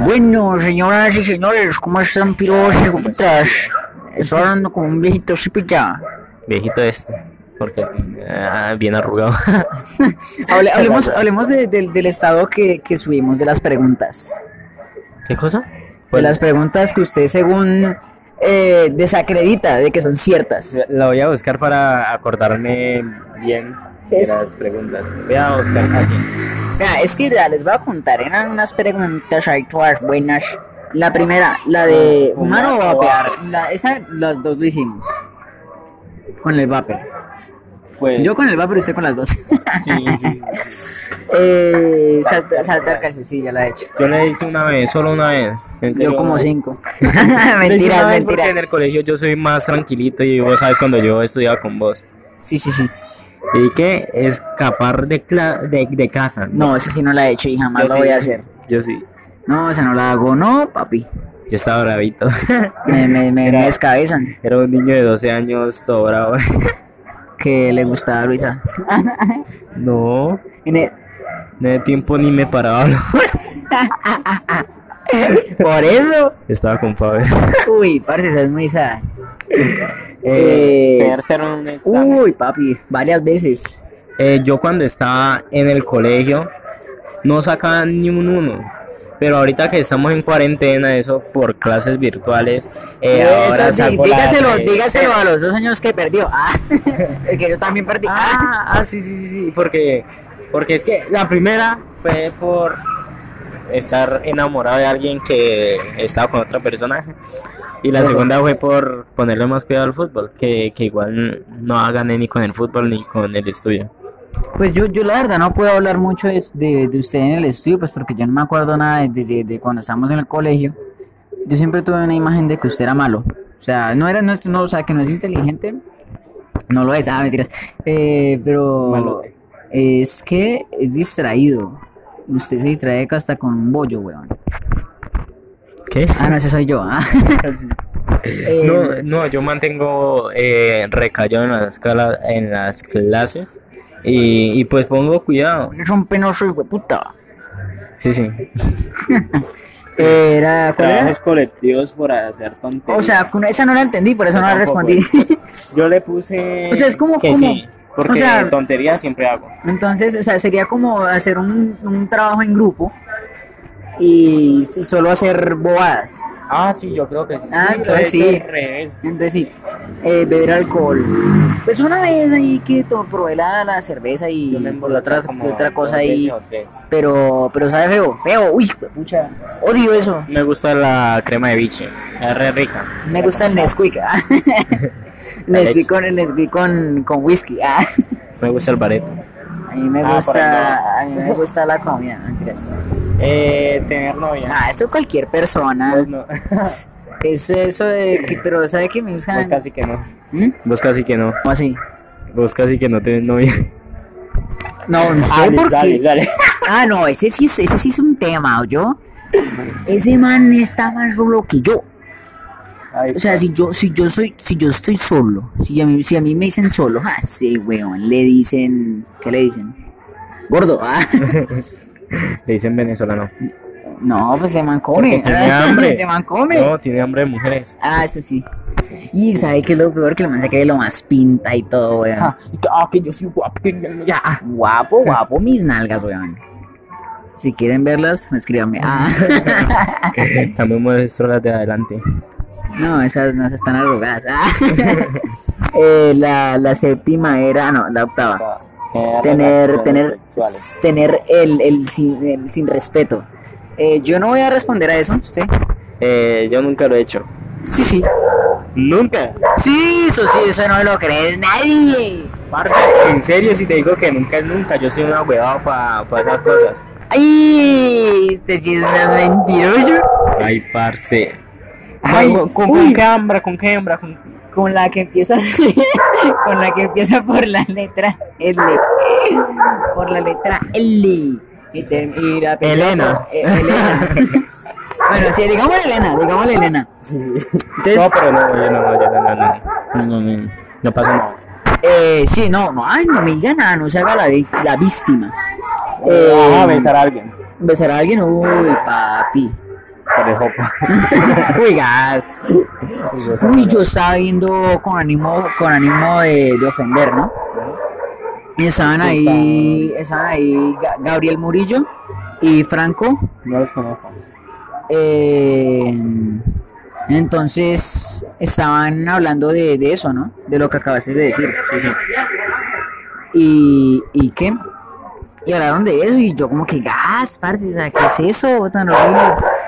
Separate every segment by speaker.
Speaker 1: Bueno, señoras y señores, ¿cómo están piros y putas? Estoy hablando con un viejito pues cipilla.
Speaker 2: Viejito este. Porque ah, bien arrugado.
Speaker 1: Hable- hablemos hablemos de- del- del estado que, que subimos, de las preguntas.
Speaker 2: ¿Qué cosa?
Speaker 1: De
Speaker 2: Pues,
Speaker 1: las preguntas que usted, según, eh, desacredita de que son ciertas.
Speaker 2: La voy a buscar para acordarme bien de
Speaker 1: Es-
Speaker 2: las preguntas. Voy a buscar aquí.
Speaker 1: Vea, es que ya les voy a contar, eran unas preguntas ahí todas buenas. La primera, la de fumar o vapear. La, esa, las dos lo hicimos. Con el vapor.
Speaker 2: Pues,
Speaker 1: Yo con el vapor y usted con las dos.
Speaker 2: sí, sí, sí.
Speaker 1: Eh, saltar, saltar casi, sí, ya la he hecho.
Speaker 2: Yo le hice una vez, solo una vez. En serio,
Speaker 1: Yo como
Speaker 2: no.
Speaker 1: cinco.
Speaker 2: Le hice
Speaker 1: mentiras,
Speaker 2: una vez Porque en
Speaker 1: mentiras.
Speaker 2: el colegio yo soy más tranquilito y vos sabes cuando yo estudiaba con vos.
Speaker 1: Sí, sí, sí.
Speaker 2: Y que escapar de, cla- de, de casa.
Speaker 1: No, esa sí no la he hecho y jamás
Speaker 2: Yo
Speaker 1: la
Speaker 2: sí,
Speaker 1: voy a hacer.
Speaker 2: Yo sí.
Speaker 1: No, esa no la hago, no, papi.
Speaker 2: Yo estaba bravito.
Speaker 1: Me, me, me, me descabezan
Speaker 2: Era un niño de 12 años, todo bravo.
Speaker 1: que le gustaba a Luisa.
Speaker 2: No,
Speaker 1: En el-
Speaker 2: no de tiempo ni me paraba. a hablar.
Speaker 1: Por eso.
Speaker 2: Estaba con Pablo.
Speaker 1: Uy, parce, esa es muy sad. Eh, Uy, papi, varias veces.
Speaker 2: Eh, yo cuando estaba en el colegio no sacaba ni un uno. Pero ahorita que estamos en cuarentena, eso por clases virtuales, eh,
Speaker 1: Eso
Speaker 2: ahora
Speaker 1: sí,
Speaker 2: saco la
Speaker 1: dígaselo,
Speaker 2: de-
Speaker 1: dígaselo a los dos años que perdió. Ah, es que yo también perdí. Ah,
Speaker 2: Ah, ah, sí, sí, sí, sí, porque, porque es que la primera fue por estar enamorado de alguien que estaba con otra persona y la
Speaker 1: Ojo.
Speaker 2: segunda fue por ponerle más cuidado al fútbol, que, que igual no gané ni con el fútbol ni con el estudio.
Speaker 1: Pues yo, yo la verdad no puedo hablar mucho de, de, de usted en el estudio, pues porque yo no me acuerdo nada de- desde de cuando estábamos en el colegio. Yo siempre tuve una imagen de que usted era malo. O sea, no era, no, es- no, o sea, que no es inteligente. No lo es, ah, mentiras. Eh, pero
Speaker 2: Malote.
Speaker 1: es que es distraído. Usted se distrae hasta con un bollo, weón.
Speaker 2: ¿Qué?
Speaker 1: Ah, no, ese soy yo. ah. Eh,
Speaker 2: No, no, yo mantengo eh, recallado en las, cala- en las clases y, y pues pongo cuidado.
Speaker 1: Es un penoso hijo de puta.
Speaker 2: Sí, sí.
Speaker 1: Era, ¿cuál era?
Speaker 2: colectivos por hacer tonterías.
Speaker 1: O sea, con- esa no la entendí, por eso
Speaker 2: Yo
Speaker 1: no la
Speaker 2: tampoco, eh.
Speaker 1: respondí.
Speaker 2: Yo le puse.
Speaker 1: O sea, es como-
Speaker 2: que
Speaker 1: como-
Speaker 2: sí, porque
Speaker 1: o sea-
Speaker 2: tonterías siempre hago.
Speaker 1: Entonces, o sea, sería como hacer un, un trabajo en grupo y, s- solo hacer bobadas.
Speaker 2: Ah, sí, yo creo que sí.
Speaker 1: Ah,
Speaker 2: Sí,
Speaker 1: entonces
Speaker 2: de hecho,
Speaker 1: sí.
Speaker 2: al revés.
Speaker 1: Entonces, sí, eh, beber alcohol. Pues una vez ahí que to- probé la, la cerveza y,
Speaker 2: Yo me
Speaker 1: y otras-
Speaker 2: como
Speaker 1: y otra cosa
Speaker 2: dos
Speaker 1: ahí.
Speaker 2: veces o tres.
Speaker 1: Pero, pero sabe feo, feo, uy, pucha, odio eso.
Speaker 2: Me gusta la crema de biche. Es re rica.
Speaker 1: Me gusta el Nesquik. ah. Nesquik con, el Nesquik con, con whisky. ah.
Speaker 2: Me gusta el bareto.
Speaker 1: A mí me
Speaker 2: Ah,
Speaker 1: gusta, a mí me gusta la comida, mentiras.
Speaker 2: Eh, tener novia.
Speaker 1: Ah, eso cualquier persona.
Speaker 2: Vos no.
Speaker 1: Eso, eso de que, pero ¿sabe que me
Speaker 2: Vos
Speaker 1: usan?
Speaker 2: Pues casi que no.
Speaker 1: ¿Mm?
Speaker 2: Vos casi que no.
Speaker 1: ¿Cómo así?
Speaker 2: Vos casi que no tenés novia. Ah,
Speaker 1: No, no sé por
Speaker 2: sale,
Speaker 1: qué.
Speaker 2: sale.
Speaker 1: Ah, no, ese sí, es- ese sí es un tema, yo. Ese man está más solo que yo.
Speaker 2: Ay,
Speaker 1: O sea, si yo, si yo soy, si yo estoy solo, si a mí, si a mí me dicen solo, ah, sí, weón, le dicen, ¿qué le dicen? Gordo, ah.
Speaker 2: le dicen venezolano.
Speaker 1: No, pues se man
Speaker 2: Porque
Speaker 1: come.
Speaker 2: tiene hambre.
Speaker 1: Se man come.
Speaker 2: No, tiene hambre de mujeres.
Speaker 1: Ah, eso sí. Y sabe que lo peor que el man se cree lo más pinta y todo, weón.
Speaker 2: Ah, que yo soy guapo. que- ya.
Speaker 1: Guapo, guapo mis nalgas, weón. Si quieren verlas, escríbanme. Ah,
Speaker 2: También muestro las de adelante.
Speaker 1: no, esas no esas están arrugadas. Ah. Eh, la, la séptima era, no, la octava. Tener, tener, tener el, el sin, el sin respeto. Eh, yo no voy a responder a eso, usted.
Speaker 2: Eh, yo nunca lo he hecho.
Speaker 1: Sí, sí.
Speaker 2: ¿Nunca?
Speaker 1: Sí, eso sí, eso no lo crees nadie.
Speaker 2: Parce, en serio, si te digo que nunca es nunca, yo soy una huevada para esas cosas.
Speaker 1: Ay, este sí es más mentiroso.
Speaker 2: Ay, parce.
Speaker 1: Ay,
Speaker 2: Con- con, con
Speaker 1: uy.
Speaker 2: qué hembra, con qué hembra, con...
Speaker 1: con la que empieza con la que empieza por la letra L por la letra L y, ter- y la pelea
Speaker 2: Elena.
Speaker 1: con- eh, Elena bueno sí digámosle Elena digámosle Elena entonces
Speaker 2: No, pero no, yo no, no, yo no, no, no. No, no, no, no pasa nada.
Speaker 1: eh, sí no no ay no me diga nada no se haga la, vi- la víctima Eh,
Speaker 2: Vas a Ah, besar a alguien.
Speaker 1: besar a alguien, uy, papi.
Speaker 2: Por el jopo.
Speaker 1: Uy, gas. Uy, yo estaba viendo con ánimo, con ánimo de, de ofender, ¿no? Y estaban ahí, estaban ahí Ga- Gabriel Murillo y Franco.
Speaker 2: No los conozco.
Speaker 1: eh, entonces estaban hablando de, de eso, ¿no? De lo que acabaste de decir. Y, y qué? Y hablaron de eso y yo como que gas, parce, o sea, ¿qué es eso tan horrible?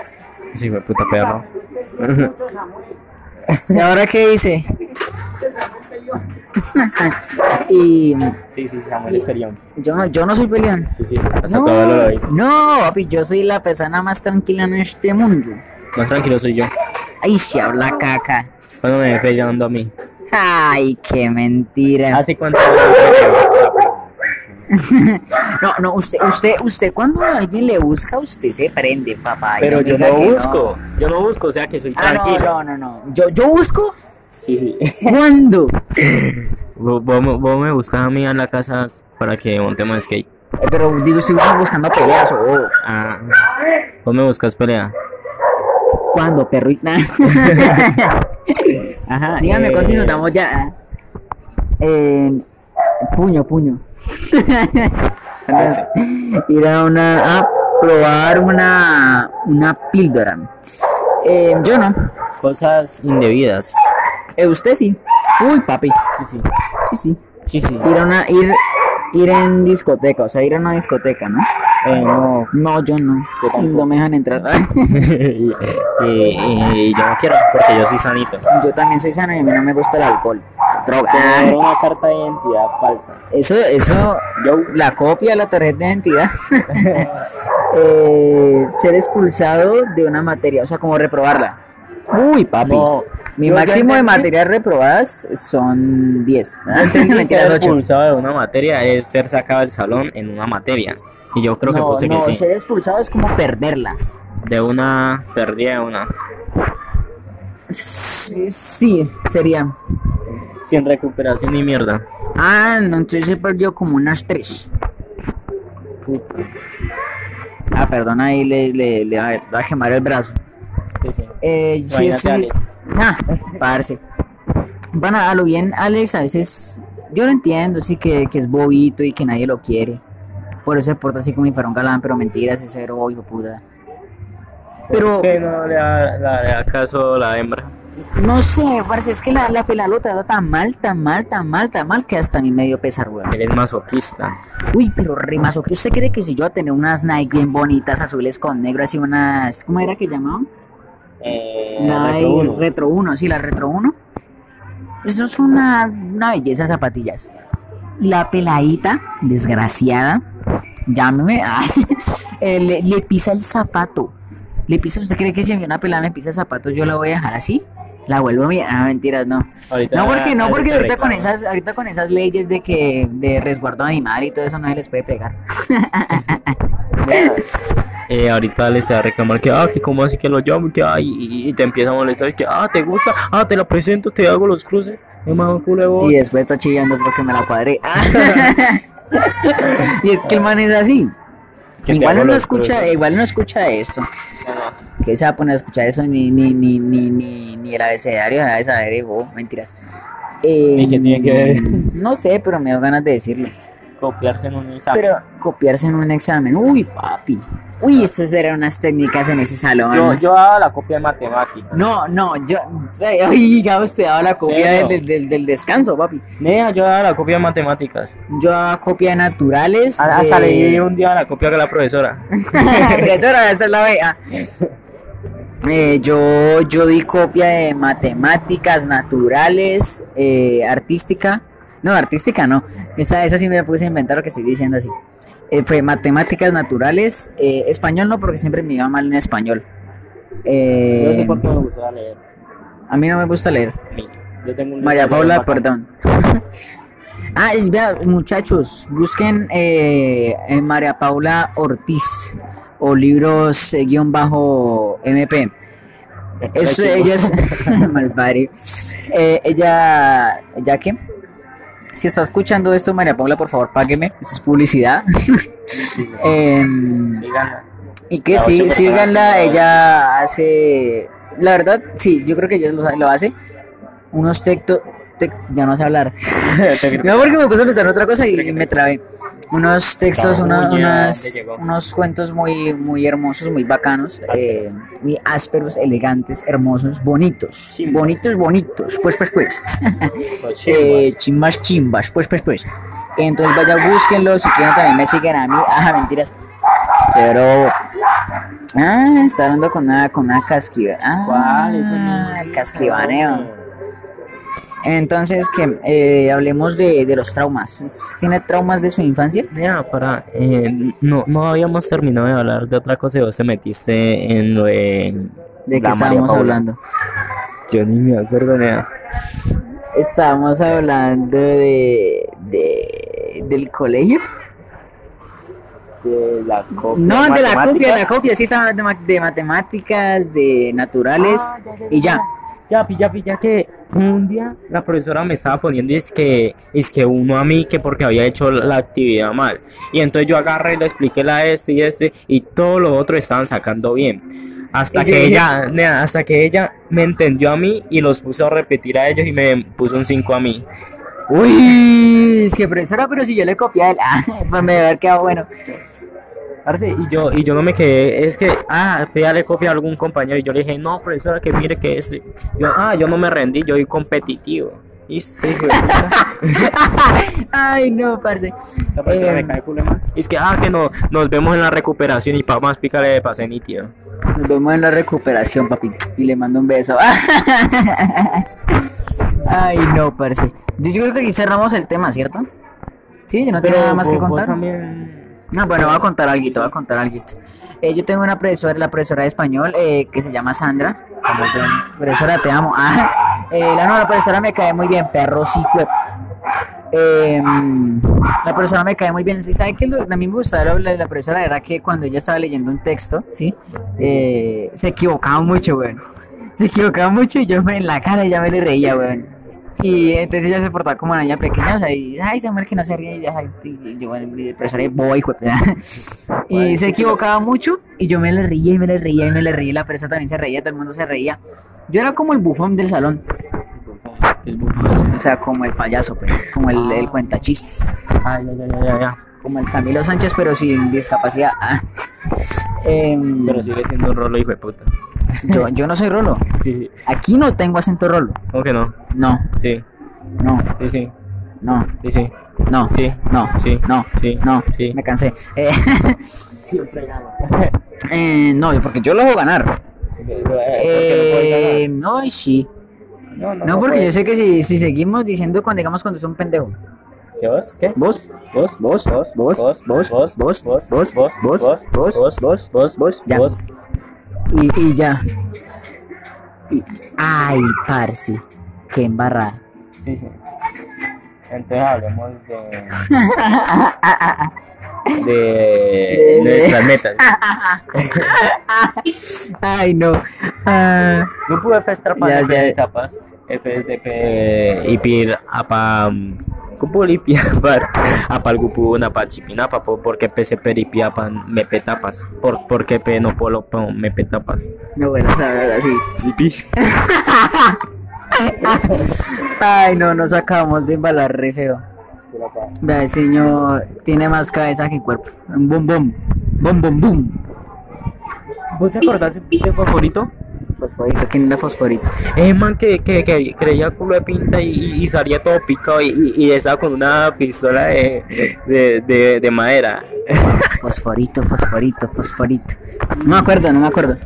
Speaker 2: Sí, me puta perro.
Speaker 1: ¿Y ahora qué dice? y
Speaker 2: Sí, sí, Samuel es perión.
Speaker 1: yo no, yo no soy peleón.
Speaker 2: Sí, sí. Hasta
Speaker 1: no,
Speaker 2: todo lo dice.
Speaker 1: no, papi, yo soy la persona más tranquila en este mundo.
Speaker 2: Más tranquilo soy yo.
Speaker 1: Ay, se habla caca.
Speaker 2: Cuando me ve peleando a mí.
Speaker 1: Ay, qué mentira.
Speaker 2: ¿Hace cuánto? Ah.
Speaker 1: No, no, usted, usted, usted, cuando alguien le busca, usted se prende, papá. y
Speaker 2: Pero
Speaker 1: no
Speaker 2: yo
Speaker 1: diga
Speaker 2: no
Speaker 1: que
Speaker 2: busco. Yo no busco, o sea que soy
Speaker 1: Ah, no, no,
Speaker 2: tranquilo.
Speaker 1: no, no. Yo, yo busco
Speaker 2: Sí, sí.
Speaker 1: cuando.
Speaker 2: Vos, vos me- vos me buscas a mí a la casa para que montemos skate.
Speaker 1: Eh, Pero digo, estoy buscando peleas o oh,
Speaker 2: Ah, vos me buscas pelea.
Speaker 1: cuando, perro. y-
Speaker 2: Ajá.
Speaker 1: Dígame,
Speaker 2: eh,
Speaker 1: continuo, estamos ya. Eh, puño, puño. Ir a una a probar una una píldora. Eh, yo no.
Speaker 2: Cosas indebidas.
Speaker 1: Eh, usted sí. Uy, papi.
Speaker 2: Sí, sí.
Speaker 1: Sí, sí.
Speaker 2: Sí, sí.
Speaker 1: Ir a una ir ir en discoteca, o sea, ir a una discoteca, ¿no?
Speaker 2: Eh, no.
Speaker 1: No, yo no.
Speaker 2: Yo tampoco.
Speaker 1: Y no me dejan entrar.
Speaker 2: Eh, y, y- y yo no quiero porque yo soy sanito.
Speaker 1: yo también soy sano y a mí no me gusta el alcohol. Es droga.
Speaker 2: Era una carta de identidad falsa.
Speaker 1: Eso eso
Speaker 2: Yo.
Speaker 1: la copia de la tarjeta de identidad, Eh, ser expulsado de una materia, o sea, como reprobarla. Uy, papi.
Speaker 2: No,
Speaker 1: Mi
Speaker 2: yo ya
Speaker 1: máximo de
Speaker 2: entendí.
Speaker 1: materias reprobadas son 10.
Speaker 2: Entendí
Speaker 1: Mentiras,
Speaker 2: ser
Speaker 1: 8.
Speaker 2: expulsado de una materia es ser sacado del salón en una materia. Y yo creo que
Speaker 1: No,
Speaker 2: puse
Speaker 1: no,
Speaker 2: que sí.
Speaker 1: ser expulsado es como perderla.
Speaker 2: De una, perdí de una.
Speaker 1: Sí, sí, sería.
Speaker 2: Sin recuperación ni mierda.
Speaker 1: Ah, no, entonces se perdió como unas 3. Ah, perdón, ahí le, le, le va a quemar el brazo. Eh, sí,
Speaker 2: Imagínate,
Speaker 1: sí.
Speaker 2: Alex.
Speaker 1: Ah, parce. Van a a lo bien, Alex a veces, yo lo entiendo, sí, que, que es bobito y que nadie lo quiere. Por eso se porta así como si fuera un galán, pero mentiras, es cero, hijo puta. Pero,
Speaker 2: Que no le da, la- le da caso la hembra.
Speaker 1: no sé, parce, es que la, la pelalota da tan mal, tan mal, tan mal, tan mal, que hasta a mí me dio pesar, weón.
Speaker 2: Él es masoquista.
Speaker 1: Uy, pero rimazo, ¿qué usted cree que si yo a tener unas Nike bien bonitas, azules con negro, así unas, ¿cómo era que llamaban?
Speaker 2: Eh,
Speaker 1: Nike
Speaker 2: Retro Uno.
Speaker 1: Retro 1, sí, la Retro 1. Eso es una, una belleza de zapatillas. Y la peladita, desgraciada, llámeme, ah, eh, le, le pisa el zapato. Le pisa, ¿usted cree que si a mí una pelada me pisa el zapato yo la voy a dejar así? La vuelvo a mirar. Ah, mentiras, no.
Speaker 2: Ahorita
Speaker 1: No, porque, no,
Speaker 2: Alex
Speaker 1: porque
Speaker 2: te
Speaker 1: ahorita con,
Speaker 2: reclama.
Speaker 1: esas, ahorita con esas leyes de que de resguardo animal y todo eso no se les puede pegar.
Speaker 2: Eh, ahorita les te va a reclamar que, ah, que como así que lo llamo, que, ah, y- y, y te empieza a molestar, es que, ah, te gusta, ah, te la presento, te hago los cruces, me mando culo de vos.
Speaker 1: Y después está chillando porque me la cuadré. y es que el man es así.
Speaker 2: Que te hago
Speaker 1: Igual no
Speaker 2: los
Speaker 1: escucha,
Speaker 2: cruces.
Speaker 1: igual no escucha esto.
Speaker 2: Ah,
Speaker 1: Que se va a poner a escuchar eso ni ni ni ni ni, ni el abecedario de saber, oh, mentiras. Eh,
Speaker 2: ¿Y qué tiene que ver?
Speaker 1: No sé, pero me dio ganas de decirlo.
Speaker 2: Copiarse en un examen.
Speaker 1: Pero copiarse en un examen. Uy, papi. Uy, estas eran unas técnicas en ese salón.
Speaker 2: yo, yo daba la copia de matemáticas.
Speaker 1: No, no, yo. eh, Ay, Oiga, usted daba la copia
Speaker 2: Cero.
Speaker 1: del, del- del descanso, papi.
Speaker 2: Nea, yo daba la copia de matemáticas.
Speaker 1: Yo daba copia de naturales.
Speaker 2: Ah, Hasta
Speaker 1: de-
Speaker 2: leí un día la copia que la profesora.
Speaker 1: Profesora, esta es la vea. Eh, yo, yo di copia de matemáticas naturales, eh, artística. No, artística no. Esa, esa sí me puse a inventar lo que estoy diciendo así. Eh, fue matemáticas naturales, eh, español no, porque siempre me iba mal en español. Eh,
Speaker 2: Yo sé por qué me gustaba leer.
Speaker 1: a mí no me gusta leer.
Speaker 2: Yo tengo un
Speaker 1: María
Speaker 2: libro
Speaker 1: Paula,
Speaker 2: de-
Speaker 1: perdón. ah, es, vea, muchachos, busquen eh, en María Paula Ortiz o libros eh, guión bajo MP. Eso,
Speaker 2: Correctivo.
Speaker 1: ella es malparido. Eh, ella, ¿ya que Si está escuchando esto, María Paula, por favor, págueme. Eso es publicidad.
Speaker 2: Sí, sí, sí.
Speaker 1: Em,
Speaker 2: Sí, gana.
Speaker 1: Y que
Speaker 2: Las
Speaker 1: sí,
Speaker 2: ocho personas
Speaker 1: síganla,
Speaker 2: que no
Speaker 1: ella hace, la verdad, sí, yo creo que ella lo, lo hace, unos textos, ya no sé hablar, no porque me puse a pensar en otra cosa y me trabé, unos textos, una-
Speaker 2: Cabulla, le
Speaker 1: unas,
Speaker 2: llegó.
Speaker 1: unos cuentos muy, muy hermosos, muy bacanos, eh, muy ásperos, elegantes, hermosos, bonitos,
Speaker 2: Chimbas.
Speaker 1: bonitos, bonitos, pues, pues, pues. Eh,
Speaker 2: Eh,
Speaker 1: chimbas, chimbas, pues, pues, pues. Entonces vaya, búsquenlo. Si quieren, también me siguen a mí. Ah, mentiras. Cero. Ah, está hablando con una, con una casquiva. Ah,
Speaker 2: ¿Cuál es el
Speaker 1: el casquivaneo. Entonces, que eh, hablemos de, de los traumas. ¿Tiene traumas de su infancia?
Speaker 2: Mira, para, eh, no, no habíamos terminado de hablar de otra cosa y vos te metiste en lo de.
Speaker 1: ¿De qué
Speaker 2: la María
Speaker 1: estábamos
Speaker 2: Paula.
Speaker 1: hablando?
Speaker 2: Yo ni me acuerdo, nada.
Speaker 1: Estábamos hablando de, de del colegio.
Speaker 2: De la copia.
Speaker 1: No, de la copia, de la
Speaker 2: matemáticas.
Speaker 1: copia. Sí, estábamos hablando de, ma- de matemáticas, de naturales y Ah, ya.
Speaker 2: Ya, pilla, pilla que un día la profesora me estaba poniendo y es que, es que uno a mí que porque había hecho la, la actividad mal. Y entonces yo agarré y le expliqué la este y este y todo lo otro estaban sacando bien. Hasta
Speaker 1: Y yo
Speaker 2: que
Speaker 1: dije-
Speaker 2: ella, nea, hasta que ella me entendió a mí y los puso a repetir a ellos y me puso un 5 a mí.
Speaker 1: Uy, es que profesora, pero si yo le copié a él, ah, pues me debe haber quedado bueno.
Speaker 2: Parce, y yo, y yo no me quedé, es que, ah, fui a darle copia a algún compañero y yo le dije, no, profesora, que mire que es, yo, ah, yo no me rendí, yo soy competitivo. Y este hijo de puta.
Speaker 1: Ay, no, parce.
Speaker 2: La persona
Speaker 1: Eh,
Speaker 2: me cae culo, man. Es que, ah, que no, nos vemos en la recuperación y papá, explícale de pase nítido.
Speaker 1: Nos vemos en la recuperación, papi. Y le mando un beso. Ay, no, parce. Yo, yo creo que aquí cerramos el tema, ¿cierto? Sí, yo no tengo nada más
Speaker 2: pues,
Speaker 1: que contar.
Speaker 2: también...
Speaker 1: No, bueno, voy a contar algo, voy a contar algo. yo tengo una profesora, la profesora de español, eh, que se llama Sandra. Profesora, te amo. Ah, eh, la, no, la profesora me cae muy bien, perro, sí, fue. la profesora me cae muy bien. Sí, ¿sabe que A mí me gustaba la, la- la profesora, era que cuando ella estaba leyendo un texto, ¿sí? Eh, se equivocaba mucho, weón. Se equivocaba mucho y yo me, en la cara ya me le reía, weón. Y entonces ella se portaba como una niña pequeña, o sea, y, ay, Samuel, que no se ríe, y, ya, ay, y yo, bueno, mi profesora, boy, hijo de- Y se equivocaba mucho, y yo me le reía, y me le reía, y me le reía, y la profesora también se reía, todo el mundo se reía. Yo era como el bufón del salón, o sea, como el payaso, pues, como el, el cuentachistes,
Speaker 2: Ay, ya, ya, ya, ya.
Speaker 1: como el Camilo Sánchez, pero sin discapacidad. ah. Em,
Speaker 2: Pero sigue siendo un rolo, hijo de puta.
Speaker 1: yo, yo no soy rolo,
Speaker 2: Sí, sí.
Speaker 1: aquí no tengo acento rolo,
Speaker 2: ¿Cómo que no?
Speaker 1: no,
Speaker 2: Sí,
Speaker 1: no,
Speaker 2: sí, sí,
Speaker 1: no,
Speaker 2: sí, sí,
Speaker 1: no,
Speaker 2: sí,
Speaker 1: no,
Speaker 2: sí,
Speaker 1: no,
Speaker 2: sí,
Speaker 1: no,
Speaker 2: sí.
Speaker 1: me cansé. Eh,
Speaker 2: Siempre gano.
Speaker 1: Eh, no, porque yo lo hago ganar. Eh, no, y sí.
Speaker 2: no,
Speaker 1: No, porque yo sé que si, si seguimos diciendo cuando digamos cuando es un pendejo.
Speaker 2: ¿Qué vos? ¿Qué?
Speaker 1: Vos,
Speaker 2: ¿Vos?
Speaker 1: vos, vos, vos, vos, vos, vos, vos, vos, vos, vos, vos, vos, vos, ya.
Speaker 2: ¿Vos?
Speaker 1: Y, y ya. Y- ay, parce. Qué embarrada.
Speaker 2: Sí, sí. Entonces hablemos de. de nuestras metas.
Speaker 1: Ay, no. Ah,
Speaker 2: Grupo de Festa
Speaker 1: Ya,
Speaker 2: para
Speaker 1: ya.
Speaker 2: de Tapas, FSDP pues, y Pir apa Grupo Lipiapar, apal grupo una pachipinapa, porque pues, PCP Lipiapan me petapas, por, porque P no polo pon, me petapas.
Speaker 1: no, bueno, esa verdad, sí.
Speaker 2: Zipi.
Speaker 1: Ay, no, nos acabamos de embalar re feo. Vea, el señor tiene más cabeza que cuerpo. Bum, bum. Bum, bum, bum.
Speaker 2: ¿Vos te acordás de favorito?
Speaker 1: Fosforito, ¿quién era fosforito?
Speaker 2: Es man que, que, que creía culo de pinta y, y- y salía todo picado y, y, y estaba con una pistola de, de, de, de madera.
Speaker 1: Fosforito, fosforito, fosforito. No me acuerdo, no me acuerdo.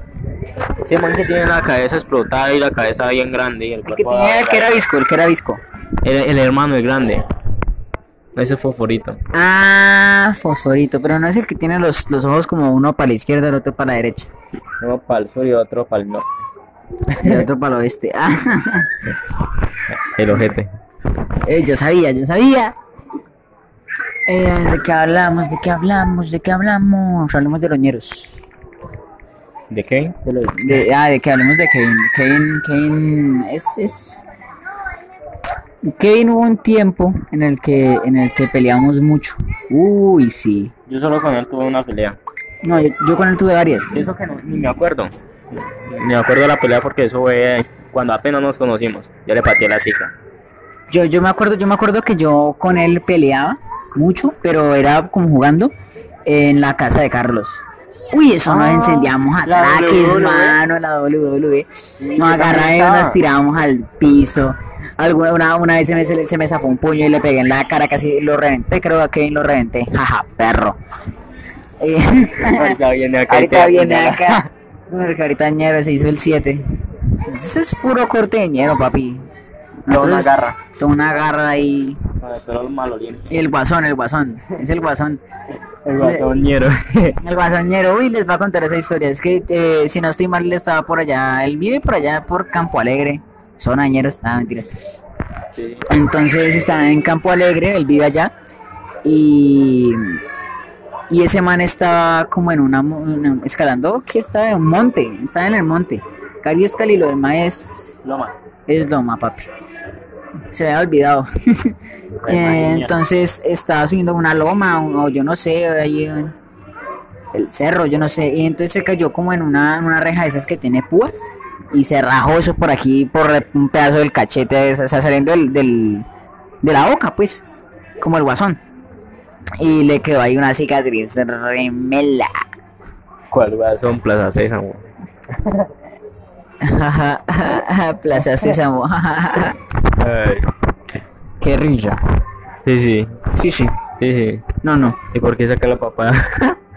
Speaker 2: Ese man que tiene la cabeza explotada y la cabeza bien grande y el
Speaker 1: El que
Speaker 2: cuerpo
Speaker 1: tenía, el que era visco, el que era visco.
Speaker 2: El, el hermano, el grande. Ese fosforito.
Speaker 1: Ah, fosforito, pero no es el que tiene los, los ojos como uno para la izquierda, el otro para la derecha.
Speaker 2: Uno para el sur y otro para el norte.
Speaker 1: Y el otro para el oeste. Ah,
Speaker 2: El ojete.
Speaker 1: eh, yo sabía, yo sabía. Eh, ¿De qué hablamos? ¿De qué hablamos? ¿De qué hablamos? Hablemos de loñeros.
Speaker 2: ¿De qué?
Speaker 1: De lo- de- ah, de que hablemos de Kevin. Kevin, Kevin es, es. Kevin hubo un tiempo en el que en el que peleamos mucho. Uy, sí.
Speaker 2: Yo solo con él tuve una pelea.
Speaker 1: No, yo, yo con él tuve varias.
Speaker 2: Y Eso que no, ni me acuerdo. Ni me acuerdo de la pelea porque eso fue cuando apenas nos conocimos. Yo le pateé la cita.
Speaker 1: Yo, yo me acuerdo, yo me acuerdo que yo con él peleaba mucho, pero era como jugando en la casa de Carlos. Uy, eso
Speaker 2: Ah,
Speaker 1: nos encendíamos
Speaker 2: la
Speaker 1: ataques,
Speaker 2: WWE.
Speaker 1: mano, la WWE.
Speaker 2: yo
Speaker 1: Nos
Speaker 2: también
Speaker 1: agarraban y
Speaker 2: estaba.
Speaker 1: nos tirábamos al piso. Alguna una, una vez se me, se, le- se me zafó un puño y le pegué en la cara, casi lo reventé, creo que a Kevin lo reventé. Jaja, perro. Eh,
Speaker 2: Ahorita viene acá. y
Speaker 1: ahorita
Speaker 2: te
Speaker 1: viene
Speaker 2: apuñala.
Speaker 1: acá. Porque ahorita ñero se hizo el 7. Eso es puro corte de ñero, papi.
Speaker 2: Toda una
Speaker 1: Nosotros-
Speaker 2: garra.
Speaker 1: Toda una garra ahí.
Speaker 2: Joder, Pero el maloliente.
Speaker 1: Y el guasón, el guasón. Es el guasón.
Speaker 2: El guasoñero.
Speaker 1: El guasoñero, uy, les va a contar esa historia. Es que eh, si no estoy mal, él estaba por allá. Él vive por allá, por Campo Alegre. Son añeros, ah, mentiras.
Speaker 2: Sí.
Speaker 1: Entonces estaba en Campo Alegre, él vive allá. Y. Y ese man estaba como en una. mo- una- escalando, que estaba en un monte. Estaba en el monte. Cali es Cali, lo demás es.
Speaker 2: Loma.
Speaker 1: Es Loma, papi. Se me había olvidado. Eh, entonces estaba subiendo una loma un- o yo no sé, ahí en el cerro, yo no sé. Y entonces se cayó como en una, en una reja de esas que tiene púas y se rajó eso por aquí, por un pedazo del cachete, o sea, saliendo del, del- de la boca, pues, como el guasón. Y le quedó ahí una cicatriz remela.
Speaker 2: ¿Cuál guasón? Plaza César.
Speaker 1: Plaza Sésamo. Qué rilla.
Speaker 2: Sí, sí.
Speaker 1: Sí, sí.
Speaker 2: Sí, sí.
Speaker 1: No, no.
Speaker 2: ¿Y por qué saca la papá?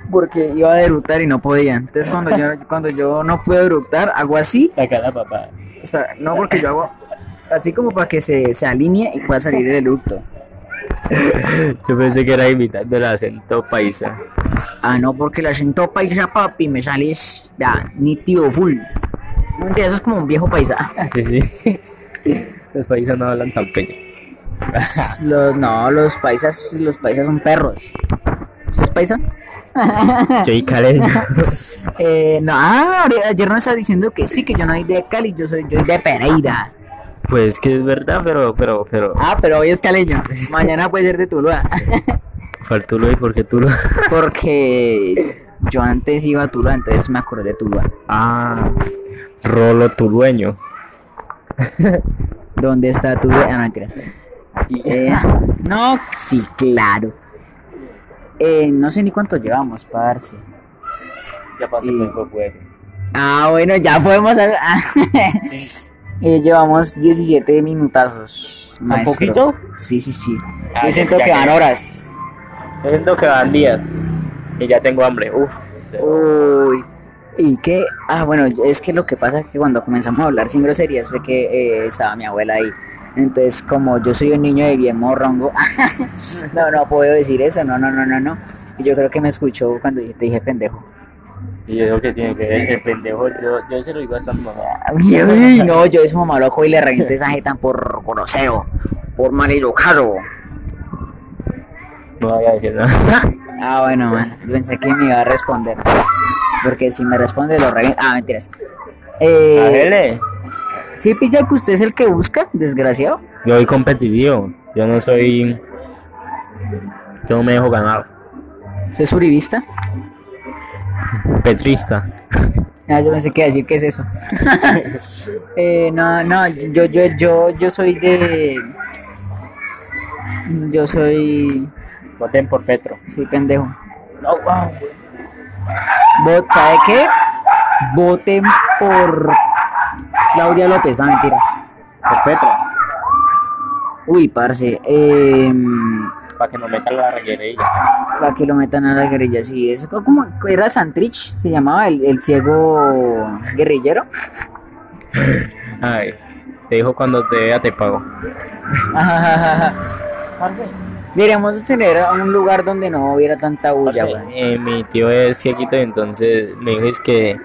Speaker 1: porque iba a deructar y no podía. Entonces cuando yo cuando yo no puedo eructar, hago así,
Speaker 2: saca la papá.
Speaker 1: o sea, no porque yo hago así como para que se, se alinee y pueda salir el eructo.
Speaker 2: Yo pensé que era imitando el acento paisa.
Speaker 1: Ah, no, porque el acento paisa, papi, me sales ya, nítido, full. No mentira, eso es como un viejo paisa.
Speaker 2: Sí, sí. Los paisas no hablan tan peña.
Speaker 1: Los, no, los paisas, los paisas son perros. ¿Usted es paisa? Ah.
Speaker 2: Yo y Karen.
Speaker 1: Eh, no, ah, ahora- ayer no estaba diciendo que sí, que yo no soy de Cali, yo soy, yo soy de Pereira.
Speaker 2: Pues que es verdad, pero, pero, pero.
Speaker 1: Ah, pero hoy es caleño. Mañana puede ser de Tuluá.
Speaker 2: Faltulo y porque tú lo.
Speaker 1: Porque yo antes iba a Tuluá, entonces me acordé de Tuluá.
Speaker 2: Ah, Rolo Tulueño.
Speaker 1: ¿Dónde está Tuluá? Ah, no, mentiras. Eh, no, sí, claro. Eh, no sé ni cuánto llevamos, parce.
Speaker 2: Ya
Speaker 1: pasé por el
Speaker 2: juego.
Speaker 1: Ah, bueno, ya podemos... hablar. Ah, eh, llevamos 17 minutazos.
Speaker 2: ¿Un
Speaker 1: maestro.
Speaker 2: poquito?
Speaker 1: Sí, sí, sí.
Speaker 2: Ah,
Speaker 1: yo
Speaker 2: ya-
Speaker 1: siento
Speaker 2: ya
Speaker 1: que van
Speaker 2: que-
Speaker 1: horas.
Speaker 2: Siento que van días. Y ya tengo hambre. Uf.
Speaker 1: Uy. ¿Y qué? Ah, bueno, es que lo que pasa es que cuando comenzamos a hablar sin groserías fue que eh, estaba mi abuela ahí. Entonces, como yo soy un niño de bien morrongo, no, no puedo decir eso, no, no, no, no, no. Y yo creo que me escuchó cuando dije- te dije pendejo.
Speaker 2: Y es lo que tiene que ver el pendejo. Yo, yo se lo digo a esa mamá.
Speaker 1: Uy, no, yo es mamá loco y le reviento esa jeta por grosero, por mal educado.
Speaker 2: No voy a decir nada.
Speaker 1: Ah, bueno, bueno, yo pensé que me iba a responder. Porque si me responde, lo reviento. Ah, mentiras. Eh,
Speaker 2: Ájele.
Speaker 1: ¿Sí pilla que usted es el que busca, desgraciado?
Speaker 2: Yo soy competitivo. Yo no soy. Yo no me dejo ganar.
Speaker 1: ¿Usted es uribista?
Speaker 2: Petrista.
Speaker 1: Ah, yo pensé que iba a decir que es eso. Eh, no, no, yo, yo, yo, yo soy de... Yo soy...
Speaker 2: Voten por Petro.
Speaker 1: Soy pendejo.
Speaker 2: No, wow.
Speaker 1: Vot, ¿Sabe qué? Voten por Claudia López, ah, mentiras.
Speaker 2: Por Petro.
Speaker 1: Uy, parce, eh,
Speaker 2: Para que no metan la reguerilla.
Speaker 1: para que lo metan a la guerrilla, sí, eso, ¿cómo era Santrich? Se llamaba el, el ciego guerrillero.
Speaker 2: Ay. Te dijo cuando te vea te pago.
Speaker 1: Deberíamos tener un lugar donde no hubiera tanta bulla,
Speaker 2: Parce,
Speaker 1: güey.
Speaker 2: eh, mi tío es cieguito, entonces me dijo es que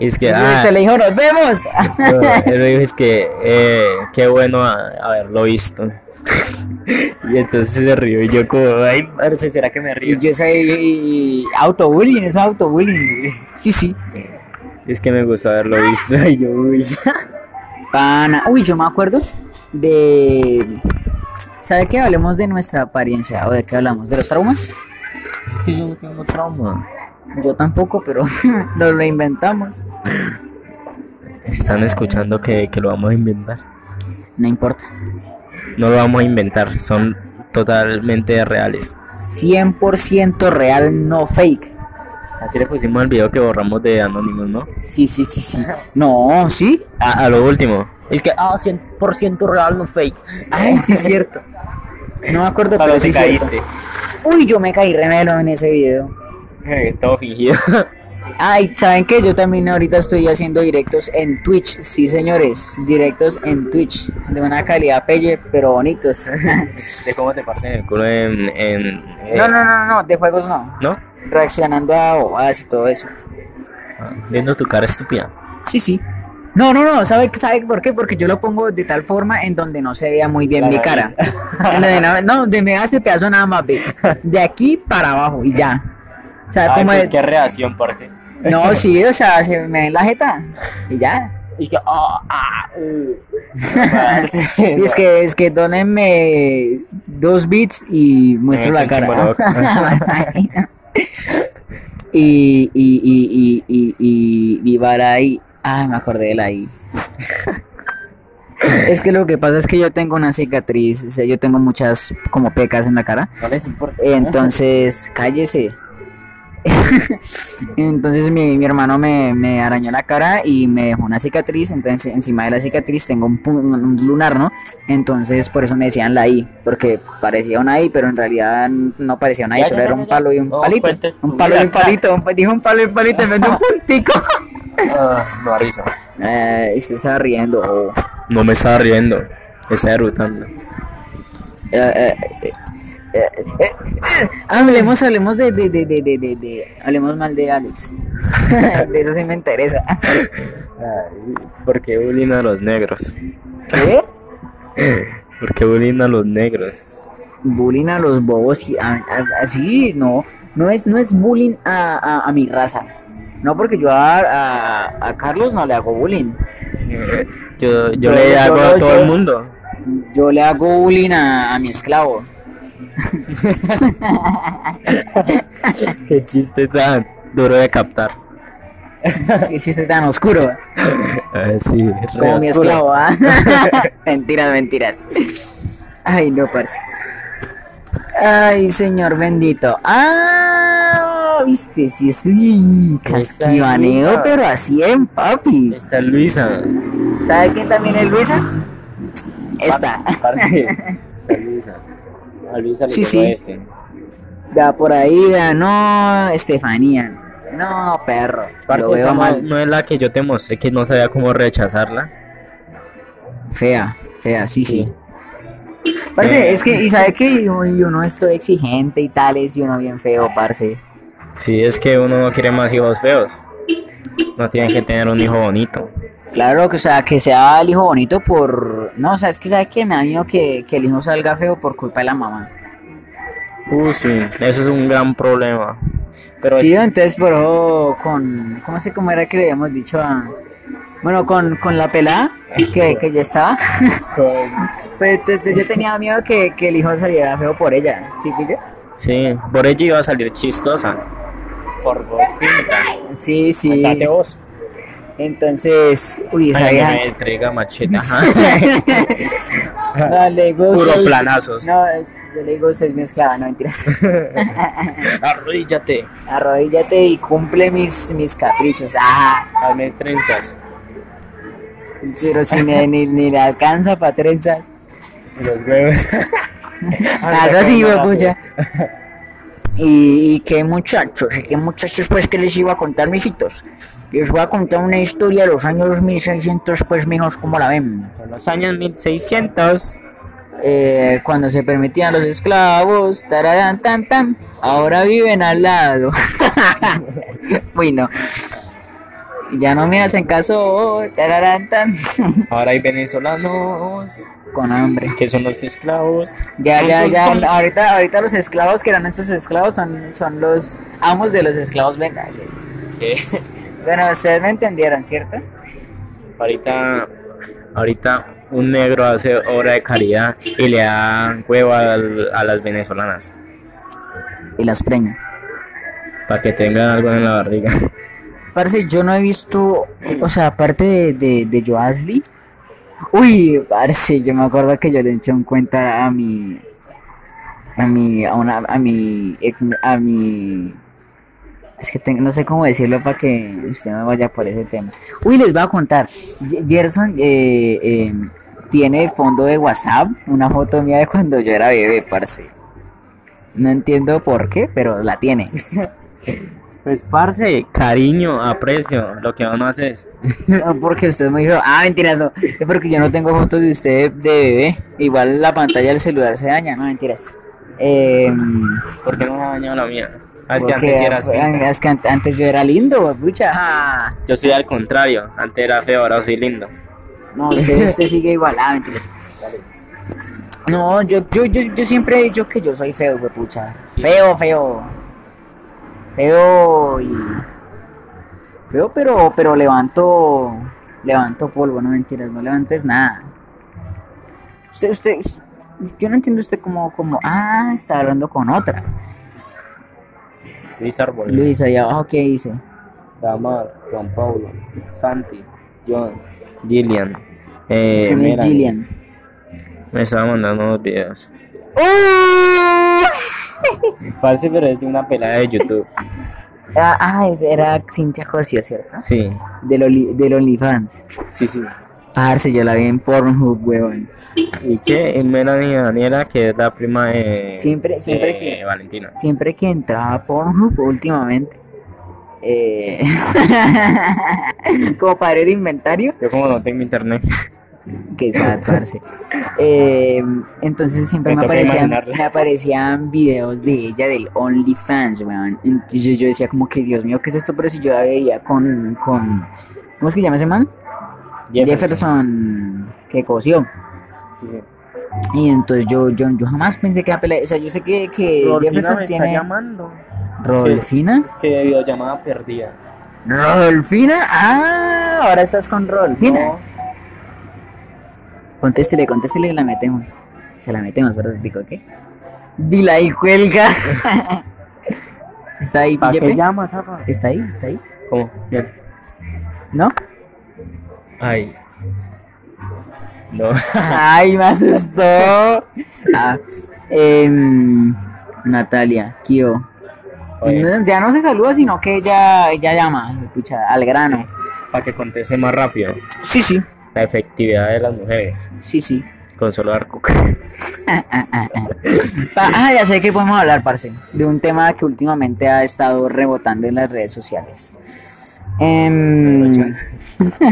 Speaker 2: es que
Speaker 1: Entonces,
Speaker 2: ah,
Speaker 1: Te le dijo, nos vemos.
Speaker 2: no, él me dijo es que eh, qué bueno a- haberlo visto. y entonces se rió y yo como, ay, parce, ¿será que me
Speaker 1: y
Speaker 2: río?
Speaker 1: yo ese y, y- autobullying, eso es autobullying. Sí, sí.
Speaker 2: Es que me gusta haberlo visto y yo uy.
Speaker 1: Pana. Uy, yo me acuerdo de. ¿Sabe qué? Hablemos de nuestra apariencia o de qué hablamos, de los traumas.
Speaker 2: Es que yo no tengo trauma.
Speaker 1: Yo tampoco, pero lo reinventamos.
Speaker 2: Están escuchando que, que lo vamos a inventar.
Speaker 1: No importa.
Speaker 2: No lo vamos a inventar, son totalmente reales.
Speaker 1: 100% real, no fake.
Speaker 2: Así le pusimos el video que borramos de Anonymous, ¿no?
Speaker 1: Sí, sí, sí, sí. No, sí.
Speaker 2: A, a lo último. Es que, ah, 100% real, no fake.
Speaker 1: Ay, sí, es cierto. No me acuerdo, pero
Speaker 2: Pablo,
Speaker 1: sí
Speaker 2: te
Speaker 1: es cierto.
Speaker 2: caíste.
Speaker 1: Uy, yo me caí remelo en ese video.
Speaker 2: Eh, Todo fingido.
Speaker 1: Ay, ¿saben qué? Yo también ahorita estoy haciendo directos en Twitch, sí señores, directos en Twitch, de una calidad pelle, pero bonitos.
Speaker 2: De cómo te parten el culo en... en- eh,
Speaker 1: No, no, no, no, de juegos no,
Speaker 2: ¿No?
Speaker 1: reaccionando a bobadas y todo eso.
Speaker 2: Ah, Viendo tu cara estúpida.
Speaker 1: Sí, sí. No, no, no, ¿sabe, ¿sabe por qué? Porque yo lo pongo de tal forma en donde no se vea muy bien
Speaker 2: La
Speaker 1: mi cara.
Speaker 2: nariz.
Speaker 1: En donde no- no, de me hace pedazo nada más, ve. De aquí para abajo y ya. O sea,
Speaker 2: Ay,
Speaker 1: como
Speaker 2: pues
Speaker 1: de-
Speaker 2: qué reacción, parce.
Speaker 1: No, sí, o sea, se me ven la jeta y ya.
Speaker 2: Y que, ah, ah, uh.
Speaker 1: Y es que, es que donenme dos bits y muestro
Speaker 2: Eh,
Speaker 1: la
Speaker 2: el
Speaker 1: cara.
Speaker 2: timbaloc.
Speaker 1: y, y, y, y, y, y, y Baray. Ah, me acordé de la I. es que lo que pasa es que yo tengo una cicatriz, o sea, yo tengo muchas como pecas en la cara.
Speaker 2: No les importa.
Speaker 1: Entonces, cállese. entonces mi, mi hermano me, me arañó la cara y me dejó una cicatriz. Entonces encima de la cicatriz tengo un, pu- un lunar, ¿no? Entonces por eso me decían la I, porque parecía una I, pero en realidad no parecía una I,
Speaker 2: Ya,
Speaker 1: solo
Speaker 2: ya,
Speaker 1: era
Speaker 2: ya,
Speaker 1: un
Speaker 2: ya.
Speaker 1: palo y un
Speaker 2: No,
Speaker 1: palito.
Speaker 2: cuente tu
Speaker 1: Un palo y
Speaker 2: vida,
Speaker 1: un palito, un pa- dijo un palo y un palito, en vez de un puntico.
Speaker 2: Ah, no avisa.
Speaker 1: Eh, y se estaba riendo. oh.
Speaker 2: No me estaba riendo. Estaba erutando.
Speaker 1: Eh, eh, eh, eh, eh, eh. Hablemos, hablemos de, de, de, de, de, de, de- hablemos mal de Alex. De eso sí me interesa.
Speaker 2: ¿Por qué bullying a los negros?
Speaker 1: ¿Qué?
Speaker 2: ¿Por qué bullying a los negros?
Speaker 1: Bullying a los bobos y a- a- así, no, no es, no es bullying a, a, a mi raza. No porque yo a, a, a Carlos no le hago bullying.
Speaker 2: Eh, Yo, yo,
Speaker 1: Yo-
Speaker 2: le
Speaker 1: yo-
Speaker 2: hago
Speaker 1: yo-
Speaker 2: a todo
Speaker 1: yo-
Speaker 2: el mundo.
Speaker 1: Yo le hago bullying a, a mi esclavo.
Speaker 2: Qué chiste tan duro de captar.
Speaker 1: Qué chiste tan oscuro.
Speaker 2: Eh, sí, re
Speaker 1: Como mi
Speaker 2: oscuro.
Speaker 1: esclavo, ¿ah? mentiras, mentiras. Ay, no, parce. Ay, señor bendito. Ah, viste, si es un casquivaneo,
Speaker 2: Esa-
Speaker 1: pero así en papi.
Speaker 2: Está Luisa.
Speaker 1: ¿Sabe quién también es Luisa? Esta.
Speaker 2: Parce, Está Luisa. A Luisa le
Speaker 1: Sí,
Speaker 2: sí,
Speaker 1: sí.
Speaker 2: este.
Speaker 1: Da por ahí, da, no, Estefanía. No, perro.
Speaker 2: Parce,
Speaker 1: Lo veo
Speaker 2: esa no,
Speaker 1: mal.
Speaker 2: no es la que yo te mostré que no sabía cómo rechazarla.
Speaker 1: Fea, fea, sí, sí.
Speaker 2: Sí. Eh.
Speaker 1: Parce, es que, y sabe que y uno es todo exigente y tales, y uno bien feo, parce.
Speaker 2: Sí, es que uno no quiere más hijos feos. No tienen que tener un hijo bonito.
Speaker 1: Claro, que, o sea, que sea el hijo bonito por... No, o sea, es que sabe que me da miedo que, que el hijo salga feo por culpa de la mamá.
Speaker 2: Uh, sí, eso es un gran problema. Pero
Speaker 1: Sí, entonces, por ojo, con... ¿Cómo sé cómo era que le habíamos dicho a... Bueno, con, con la pelada, que, que ya estaba. Pero entonces Pues, yo tenía miedo que, que el hijo saliera feo por ella, ¿sí pillo?
Speaker 2: Sí, por ella iba a salir chistosa. Por vos, pinta.
Speaker 1: Sí, sí.
Speaker 2: Date vos.
Speaker 1: Entonces, uy, esa
Speaker 2: Ay,
Speaker 1: vieja...
Speaker 2: me entrega macheta. ajá.
Speaker 1: No, le digo,
Speaker 2: Puro
Speaker 1: "Usted-
Speaker 2: planazos.
Speaker 1: No, es- yo le digo, usted es mi esclava, no mentiras.
Speaker 2: Arrodíllate.
Speaker 1: Arrodíllate y cumple mis, mis caprichos. Ah,
Speaker 2: Hazme trenzas.
Speaker 1: pero si ni, ni, ni le alcanza para trenzas.
Speaker 2: Y los huevos.
Speaker 1: Ah, eso sí, huepucha. Y, y qué muchachos, y qué muchachos, pues que les iba a contar, mijitos. Les voy a contar una historia de los años 1600, pues mijos, como la ven.
Speaker 2: En los años 1600.
Speaker 1: Eh, cuando se permitían los esclavos, tararán, tan, tan, ahora viven al lado. bueno, ya no me hacen caso, tararán, tan,
Speaker 2: Ahora hay venezolanos
Speaker 1: con hambre.
Speaker 2: que son los esclavos.
Speaker 1: Ya, ya, ya. Ahorita, ahorita los esclavos que eran estos esclavos son, son los amos de los esclavos bengalíes.
Speaker 2: Que
Speaker 1: Bueno, ustedes me entendieron, ¿cierto?
Speaker 2: ahorita, ahorita un negro hace obra de caridad y le da huevo al- a las venezolanas.
Speaker 1: Y las preña.
Speaker 2: para que tengan algo en la barriga.
Speaker 1: Parce, yo no he visto, o sea, aparte de, de, de Joasli. Uy, parce, yo me acuerdo que yo le eché un cuento a mi. A mi. A, una, a mi. Ex, a mi. Es que tengo- no sé cómo decirlo para que usted no vaya por ese tema. Uy, les voy a contar. Ye- Gerson eh, eh, tiene de fondo de WhatsApp una foto mía de cuando yo era bebé, parce. No entiendo por qué, pero la tiene.
Speaker 2: Pues, parce, cariño, aprecio lo que uno hace. es-
Speaker 1: No, porque usted me dijo, ah, mentiras, no, es porque yo no tengo fotos de usted de bebé. Igual la pantalla del celular se daña, no, mentiras. Eh,
Speaker 2: ¿Por qué no me ha dañado la mía? Ah, Es que
Speaker 1: porque,
Speaker 2: antes sí eras
Speaker 1: ah,
Speaker 2: linda.
Speaker 1: es que an- antes yo era lindo, pucha. Ah,
Speaker 2: Yo soy al contrario, antes era feo, ahora soy lindo.
Speaker 1: No, usted, usted sigue igual, ah, mentiras. No, yo, yo, yo, yo siempre he dicho que yo soy feo, güey, pucha. Feo, feo. Feo y. Feo, pero, pero levanto. Levanto polvo, no mentiras, no levantes nada. Usted, usted, yo no entiendo usted como, como, ah, está hablando con otra.
Speaker 2: Luis Árbol,
Speaker 1: Luis, ahí abajo, ¿qué dice?
Speaker 2: Damar, Juan Pablo, Santi, John, Gillian. Eh,
Speaker 1: ¿Quién es
Speaker 2: Melanie.
Speaker 1: Gillian?
Speaker 2: Me estaba mandando unos videos.
Speaker 1: ¡Uh!
Speaker 2: Parce, pero es de una pelada de YouTube.
Speaker 1: Ah, ah, ese era Cintia Cosio, ¿cierto?
Speaker 2: Sí,
Speaker 1: Del, Oli- del OnlyFans.
Speaker 2: sí, sí.
Speaker 1: Parce, yo la vi en Pornhub, weón.
Speaker 2: ¿Y qué? Y Melanie Daniela, que es la prima de.
Speaker 1: Siempre- siempre
Speaker 2: de
Speaker 1: que-
Speaker 2: Valentina.
Speaker 1: Siempre que entraba a Pornhub últimamente, eh, como para el inventario,
Speaker 2: Yo, como no tengo internet.
Speaker 1: que se parce. Eh, entonces siempre
Speaker 2: Me
Speaker 1: me
Speaker 2: toca
Speaker 1: aparecían,
Speaker 2: imaginarla.
Speaker 1: me aparecían videos de ella del OnlyFans, weón. Entonces yo, yo decía como que, Dios mío, ¿qué es esto? Pero si yo la veía con, con ¿cómo es que se llama ese man? Jefferson, que coció.
Speaker 2: Sí, sí.
Speaker 1: Y entonces yo, yo, yo jamás pensé que la pelea- o sea, yo sé que, que
Speaker 2: Rodolfina me
Speaker 1: Jefferson
Speaker 2: está
Speaker 1: tiene...
Speaker 2: llamando.
Speaker 1: ¿Rodolfina?
Speaker 2: Eh, Es que de videollamada perdida.
Speaker 1: ¿Rodolfina? Ah, ahora estás con Rodolfina. Contéstele, contéstele y la metemos. Se la metemos, ¿verdad? Digo, ¿qué? Vila y cuelga. ¿Está ahí,
Speaker 2: ¿Para qué
Speaker 1: Yepe?
Speaker 2: llamas, Rafa?
Speaker 1: ¿Está ahí? ¿Está ahí?
Speaker 2: ¿Cómo? Bien.
Speaker 1: ¿No?
Speaker 2: Ay. No.
Speaker 1: Ay, me asustó. Ah, em, Natalia, Kio.
Speaker 2: Oye,
Speaker 1: No, Ya no se saluda, sino que ella, ella llama, escucha, al grano.
Speaker 2: para que conteste más rápido.
Speaker 1: Sí, sí,
Speaker 2: La efectividad de las mujeres.
Speaker 1: sí, sí.
Speaker 2: Con solo dar coca.
Speaker 1: Ah, ah, ah, ah. Pa- ah, ya sé que podemos hablar, parce, de un tema que últimamente ha estado rebotando en las redes sociales. Em,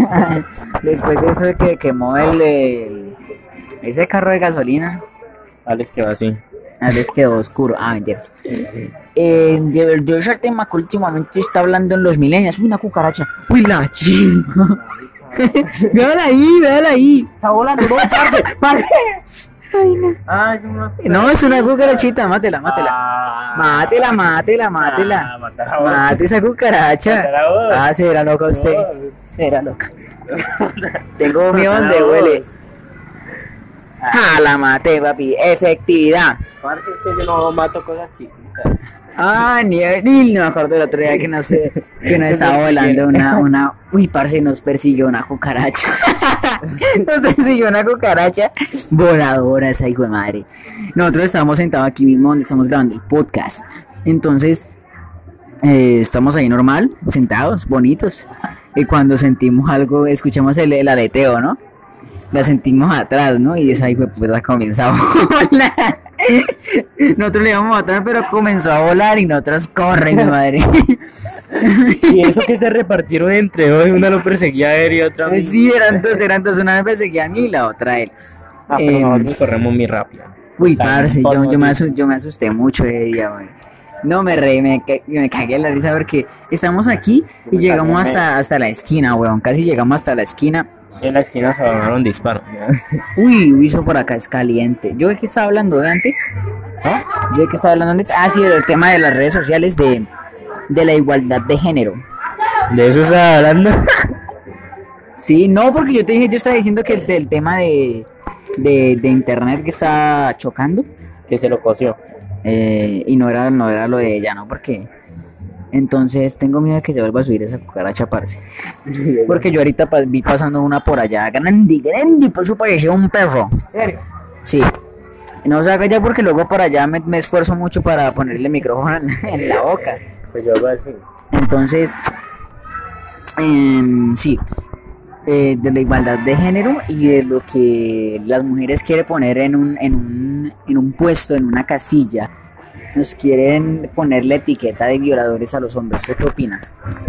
Speaker 1: después de eso de que quemó el, el- ese carro de gasolina,
Speaker 2: Alex que va así.
Speaker 1: a veces quedó oscuro. Ah, mentiras. Eh, yo, yo es el tema que últimamente está hablando en los milenios. Uy, una cucaracha. Uy, la chinga. véala ahí, véala ahí.
Speaker 2: Está volando, no, parce.
Speaker 1: Parce. Ay, no.
Speaker 2: Ay, una.
Speaker 1: No, es una cucarachita, mátela, mátela.
Speaker 2: Ah.
Speaker 1: Mátela, mátela,
Speaker 2: Ah,
Speaker 1: mátela.
Speaker 2: matar a vos.
Speaker 1: Mate esa
Speaker 2: Matar a
Speaker 1: cucaracha.
Speaker 2: vos.
Speaker 1: Ah, se verá loca usted. Se verá loca. Tengo miedo
Speaker 2: Matar a
Speaker 1: donde
Speaker 2: vos.
Speaker 1: huele. Ah, la maté, papi. Efectividad.
Speaker 2: Parce, es que yo no mato cosas chiquitas.
Speaker 1: Ah, ni, ni me acuerdo el otro día que no sé, que nos estaba volando una, una, uy, parce, nos persiguió una cucaracha. nos persiguió una cucaracha voladora, esa hijo de madre. Nosotros estábamos sentados aquí mismo donde estamos grabando el podcast. Entonces, eh, estamos ahí normal, sentados, bonitos. Y cuando sentimos algo, escuchamos el, el aleteo, ¿no? La sentimos atrás, ¿no? Y esa hijo de puta comienza a volar. Nosotros le íbamos a matar, pero comenzó a volar y nosotros corren, mi madre.
Speaker 2: Y eso que se repartieron entre dos, una lo perseguía a él y otra a mí.
Speaker 1: sí, eran dos, eran dos. Una me perseguía a mí y la otra a él.
Speaker 2: Ah, pero
Speaker 1: Em,
Speaker 2: nosotros corremos muy rápido.
Speaker 1: Uy,
Speaker 2: O sea,
Speaker 1: parce,
Speaker 2: por
Speaker 1: yo, yo, me
Speaker 2: nosotros-
Speaker 1: asu- yo me asusté mucho ese día, güey. No, me reí, me, ca- me cagué en la risa porque estamos aquí y
Speaker 2: Me
Speaker 1: llegamos
Speaker 2: cagué,
Speaker 1: hasta, hasta la esquina, weón. Casi llegamos hasta la esquina.
Speaker 2: En la esquina se agarraron disparos.
Speaker 1: Uy, uy, eso por acá es caliente. ¿Yo de qué estaba hablando de antes? ¿Ah? ¿Yo de qué estaba hablando antes? Ah, sí, el tema de las redes sociales de, de la igualdad de género.
Speaker 2: De eso estaba hablando.
Speaker 1: Sí, no, porque yo te dije, yo estaba diciendo que el, del tema de, de, de internet que está chocando
Speaker 2: que se lo coció.
Speaker 1: eh, y no era, no era lo de ella, ¿no? Porque Entonces tengo miedo de que se vuelva a subir esa cucaracha, parce. Porque yo ahorita pa- vi pasando una por allá, grande, grande, y por eso parecía un perro. Sí. No se haga ya porque luego para allá me, me esfuerzo mucho para ponerle el micrófono en, en la boca.
Speaker 2: Pues yo hago así.
Speaker 1: Entonces, em, sí, eh, de la igualdad de género y de lo que las mujeres quieren poner en un, en un, en un puesto, en una casilla. Nos quieren poner la etiqueta de violadores a los hombres. ¿Usted qué opina?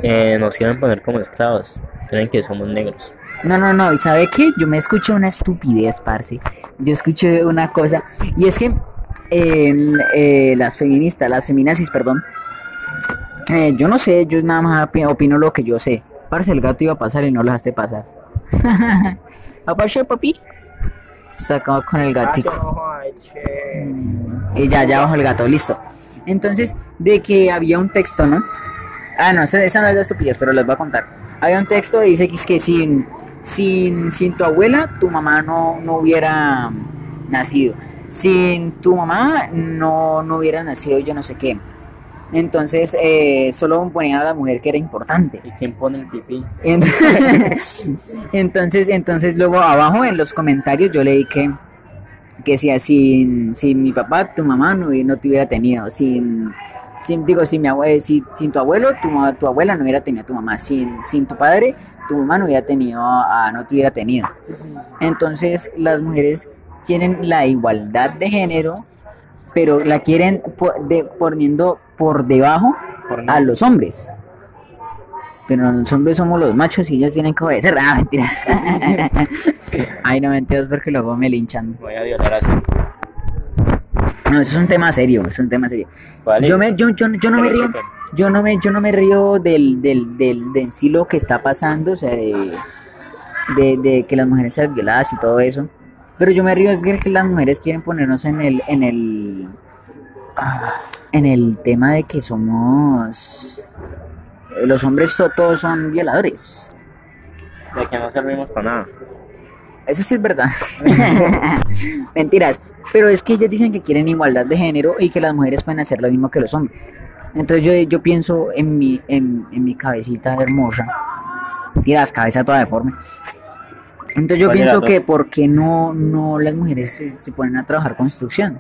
Speaker 2: Eh, nos quieren poner como esclavos. Creen que somos negros.
Speaker 1: No, no, no, ¿y sabe qué? Yo me escuché una estupidez, parce. Yo escuché una cosa, y es que em, eh, las feministas, las feminazis, perdón, eh, yo no sé, yo nada más opi- opino lo que yo sé. Parce, el gato iba a pasar y no lo dejaste pasar. Apache, papi. Se acabó con el
Speaker 2: Ah,
Speaker 1: gatico. Y ya, ya bajo el gato, listo. Entonces, de que había un texto, ¿no? Ah, no, esa, esa no es la estupidez, pero les voy a contar. Había un texto que dice que, es que sin, sin, sin tu abuela, tu mamá no, no hubiera nacido. Sin tu mamá, no, no hubiera nacido yo no sé qué. Entonces, eh, solo ponían a la mujer que era importante.
Speaker 2: ¿Y quién pone el pipí?
Speaker 1: En- entonces, entonces luego abajo en los comentarios yo leí que que si sin, sin mi papá tu mamá no, hubie- no te hubiera tenido sin sin digo sin mi abue- si- sin tu abuelo tu, ma- tu abuela no hubiera tenido a tu mamá sin sin tu padre tu mamá no hubiera tenido a, no te hubiera tenido entonces las mujeres quieren la igualdad de género pero la quieren po- de- poniendo por debajo
Speaker 2: Por
Speaker 1: a
Speaker 2: mí.
Speaker 1: los hombres. Pero los hombres somos los machos y ellos tienen que obedecer. Ah, mentiras. Ay, no mentiras porque luego me linchan.
Speaker 2: Voy a violar así.
Speaker 1: No, eso es un tema serio, es un tema serio.
Speaker 2: ¿Vale?
Speaker 1: Yo, me, yo, yo, yo no me
Speaker 2: Pero
Speaker 1: río.
Speaker 2: chupen.
Speaker 1: Yo no me, yo no me río del, del, del, de en sí lo que está pasando, o sea, de, de, de que las mujeres sean violadas y todo eso. Pero yo me río es de que las mujeres quieren ponernos en el, en el, ah, en el tema de que somos, eh, los hombres so- todos son violadores.
Speaker 2: De que no servimos para nada.
Speaker 1: Eso sí es verdad. Mentiras. Pero es que ellas dicen que quieren igualdad de género y que las mujeres pueden hacer lo mismo que los hombres. Entonces yo, yo pienso en mi, en, en mi cabecita hermosa. Tiras, cabeza toda deforme. Entonces yo
Speaker 2: ¿Cuál de las
Speaker 1: pienso
Speaker 2: dos?
Speaker 1: que ¿por qué no, no las mujeres se, se ponen a trabajar construcción?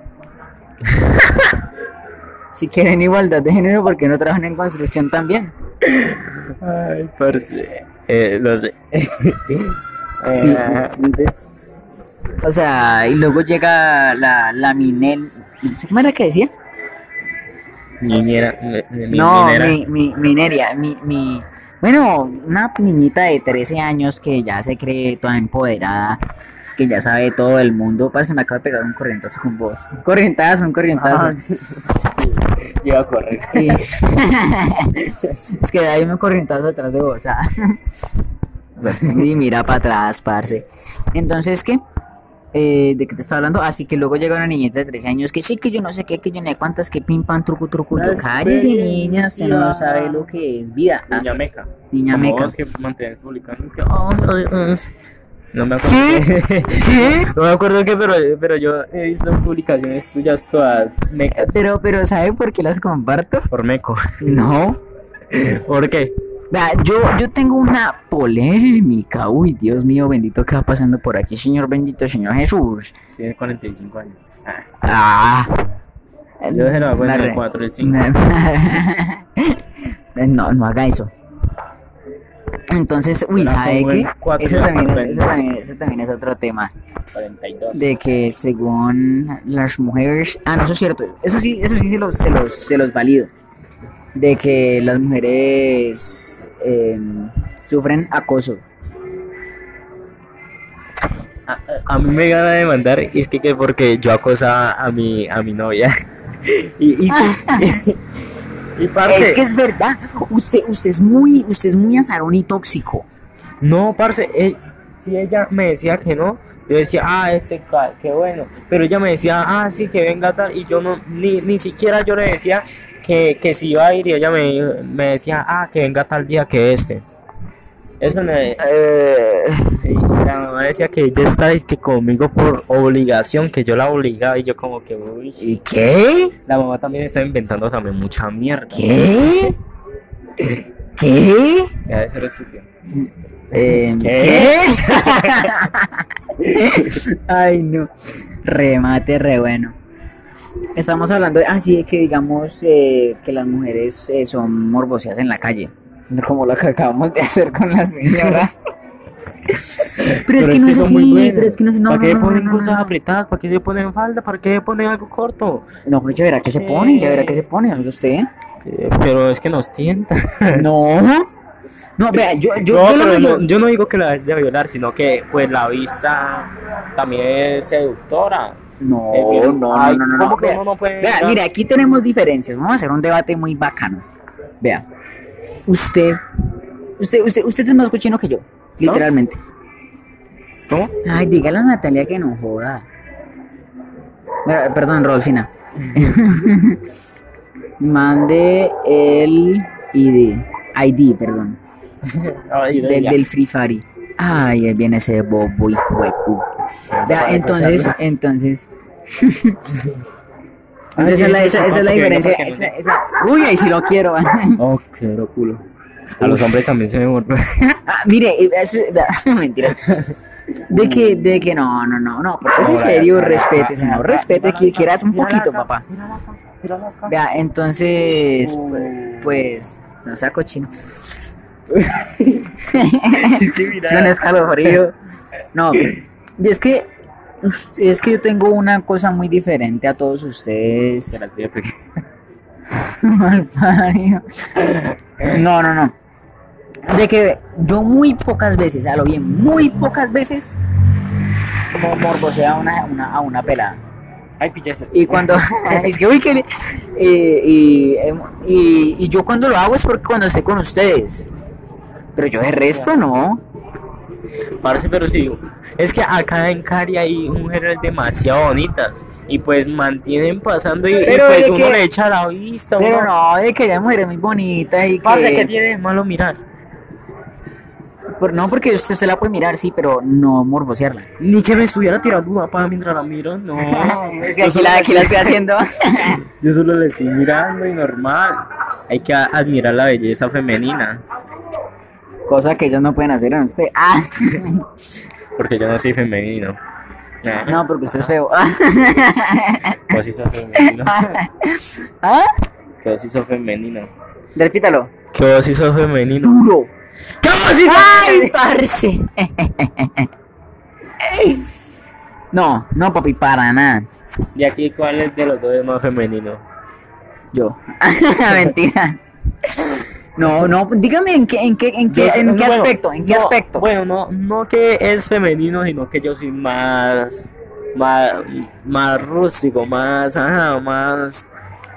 Speaker 1: si quieren igualdad de género, ¿por qué no trabajan en construcción también?
Speaker 2: Ay, parce. Eh, lo sé.
Speaker 1: Sí,
Speaker 2: Eh,
Speaker 1: entonces. O sea, y luego llega la, la Minel. no sé, ¿Cómo era que decía?
Speaker 2: Niñera. mi- mi- mi-
Speaker 1: no,
Speaker 2: minera.
Speaker 1: mi, mi, Mineria. Mi, mi, bueno, una niñita de 13 años que ya se cree toda empoderada, que ya sabe de todo el mundo. Parece me acaba de pegar un corrientazo con vos. Un corrientazo, un corrientazo.
Speaker 2: Ay. Yo a correr.
Speaker 1: Sí. es que hay un corrientazo atrás de vos. ah. y mira para atrás, parce. Entonces, ¿qué? Eh, ¿De qué te estaba hablando? Así que luego llega una niñita de 13 años que sí, que yo no sé qué, que yo no sé cuántas, que pim pam, truco, truco. Yo,
Speaker 2: La
Speaker 1: cállese, niña, usted no
Speaker 2: experiencia.
Speaker 1: sabe lo que es vida. Ah,
Speaker 2: Niña Meca.
Speaker 1: niña
Speaker 2: Como
Speaker 1: meca.
Speaker 2: vos que mantienes publicando. que, "Oh, no, Dios". No me acuerdo.
Speaker 1: ¿Qué? ¿Qué?
Speaker 2: No me acuerdo que, pero, pero yo he visto publicaciones tuyas todas mecas.
Speaker 1: Pero, pero, ¿sabe por qué las comparto?
Speaker 2: Por meco.
Speaker 1: No.
Speaker 2: ¿Por qué?
Speaker 1: Vea, yo, yo tengo una polémica. Uy, Dios mío, bendito que va pasando por aquí, señor bendito, señor Jesús.
Speaker 2: Tiene 45 años. Ah,
Speaker 1: Ah.
Speaker 2: yo se lo hago en
Speaker 1: Una
Speaker 2: el
Speaker 1: re-
Speaker 2: 4 y 5.
Speaker 1: No, no haga eso. Entonces, uy,
Speaker 2: Era
Speaker 1: ¿sabe
Speaker 2: como
Speaker 1: qué?
Speaker 2: el cuatro
Speaker 1: Eso
Speaker 2: de la
Speaker 1: también, es,
Speaker 2: cuarenta y
Speaker 1: eso,
Speaker 2: dos.
Speaker 1: también, eso también es otro tema.
Speaker 2: 42.
Speaker 1: De que según las mujeres. Ah, no, eso es cierto. Eso sí, eso sí se los, se los, se los valido. De que las mujeres em, sufren acoso.
Speaker 2: A, a mí me gana de mandar, y es que, que porque yo acosaba a mi, a mi novia. y, y, y, parce,
Speaker 1: Ah. Es que es verdad. Usted, usted es muy, usted es muy azarón y tóxico.
Speaker 2: no, parce, eh, si ella me decía que no, yo decía, ah, este, ca- qué bueno. Pero ella me decía, ah, sí, que venga tal, y yo no, ni, ni siquiera yo le decía que, que si iba a ir, y ella me, me decía, ah, que venga tal día que este. Eso no es. Eh. Y la mamá decía que ella está es que conmigo por obligación, que yo la obligaba y yo como que uy.
Speaker 1: ¿Y qué?
Speaker 2: La mamá también está inventando también mucha mierda.
Speaker 1: ¿Qué? ¿Qué?
Speaker 2: Deja de ser estúpido.
Speaker 1: Eh,
Speaker 2: ¿Qué?
Speaker 1: ¿qué? Ay, no. Remate re bueno. Estamos hablando, así de que digamos eh, que las mujeres eh, son morboseas en la calle. Como lo que acabamos de hacer con la señora. pero, es que no es
Speaker 2: son
Speaker 1: así,
Speaker 2: muy buenas.
Speaker 1: pero es que no es no,
Speaker 2: ¿Para qué
Speaker 1: no, no,
Speaker 2: ponen
Speaker 1: no, no,
Speaker 2: cosas
Speaker 1: no.
Speaker 2: apretadas? ¿Para qué se ponen falda? ¿Para qué ponen algo corto?
Speaker 1: No, pues ya verá que se
Speaker 2: Sí.
Speaker 1: pone, ya verá que se pone, oiga usted.
Speaker 2: Eh, Pero es que nos tienta.
Speaker 1: No. No, vea, yo, yo,
Speaker 2: no,
Speaker 1: yo lo
Speaker 2: pero
Speaker 1: mayor-
Speaker 2: no- yo no digo que la es de violar, sino que pues la vista también es seductora.
Speaker 1: No,
Speaker 2: Eh,
Speaker 1: no,
Speaker 2: bien.
Speaker 1: Oh, no,
Speaker 2: Ay,
Speaker 1: no, no,
Speaker 2: ¿cómo
Speaker 1: no.
Speaker 2: que
Speaker 1: Vea,
Speaker 2: uno no puede
Speaker 1: vea,
Speaker 2: mirar?
Speaker 1: mire, aquí tenemos diferencias. Vamos a hacer un debate muy bacano. Vea, usted, usted, usted, usted es más cochino que yo, literalmente.
Speaker 2: ¿Cómo?
Speaker 1: Ay, dígale a Natalia que no joda. Mira, Perdón, Rodolfina. Mande el ID, ID, perdón,
Speaker 2: Ay,
Speaker 1: del,
Speaker 2: ya.
Speaker 1: del Free Fire. Ay, ahí viene ese bobo y Ya, entonces, entonces.
Speaker 2: Ay,
Speaker 1: Esa es la,
Speaker 2: sí,
Speaker 1: esa, esa es la
Speaker 2: porque venga,
Speaker 1: diferencia.
Speaker 2: porque
Speaker 1: esa- esa- Uy, ahí sí lo quiero.
Speaker 2: Oh, cero culo. A los hombres también se me vuelve.
Speaker 1: Ah, mire, eso, mentira. De que, de que no, no, no, no, porque es en
Speaker 2: Ahora,
Speaker 1: serio,
Speaker 2: ahora,
Speaker 1: respete,
Speaker 2: ahora,
Speaker 1: señor,
Speaker 2: ahora,
Speaker 1: respete,
Speaker 2: ahora,
Speaker 1: que
Speaker 2: ahora,
Speaker 1: quieras un
Speaker 2: mírala
Speaker 1: poquito,
Speaker 2: acá,
Speaker 1: papá. Vea, entonces,
Speaker 2: Uh.
Speaker 1: pues, pues, no sea cochino. Si un escalofrío. No, y es que, us- es que yo tengo una cosa muy diferente a todos ustedes. Malparido. No, no, no. De que yo muy pocas veces, a lo bien, muy pocas veces mo- morboseo a una, una- a una pelada.
Speaker 2: Ay, pillaste.
Speaker 1: Y cuando. es que, uy, que. le- eh, y, em- y- y yo cuando lo hago es porque cuando estoy con ustedes. Pero yo de resto no.
Speaker 2: Parece, pero sí. Es que acá en Cari hay mujeres demasiado bonitas. Y pues mantienen pasando y, y,
Speaker 1: Pero
Speaker 2: pues
Speaker 1: de
Speaker 2: uno
Speaker 1: que-
Speaker 2: le echa la vista.
Speaker 1: Pero
Speaker 2: uno-
Speaker 1: no, de que ya mujer es muy bonita y
Speaker 2: Parce, ¿qué
Speaker 1: que.
Speaker 2: tiene de malo mirar?
Speaker 1: por- no, porque usted, usted la puede mirar, sí, pero no morbosearla.
Speaker 2: Ni que me estuviera tirando una paja mientras la miro, no.
Speaker 1: Es que aquí la, aquí la estoy haciendo.
Speaker 2: Yo solo le estoy mirando y normal. Hay que a- admirar la belleza femenina.
Speaker 1: Cosa que ellos no pueden hacer en usted. Ah,
Speaker 2: Porque yo no soy femenino. Ah,
Speaker 1: no, porque usted es feo.
Speaker 2: Vos sí sos femenino.
Speaker 1: ¿Ah?
Speaker 2: Que vos sí sos femenino.
Speaker 1: Repítalo.
Speaker 2: Que vos sí sos femenino.
Speaker 1: Duro.
Speaker 2: ¿Qué vos sí sos
Speaker 1: ¡Ay, parce! No, no, papi, para nada.
Speaker 2: ¿Y aquí cuál es de los dos es más femenino?
Speaker 1: Yo. Mentiras. No, no, dígame en qué, en qué, en qué,
Speaker 2: Yo-
Speaker 1: en qué
Speaker 2: bueno,
Speaker 1: aspecto, en qué
Speaker 2: no,
Speaker 1: aspecto.
Speaker 2: Bueno, no, no que es femenino, sino que yo soy más, más, más rústico, más, ajá, más,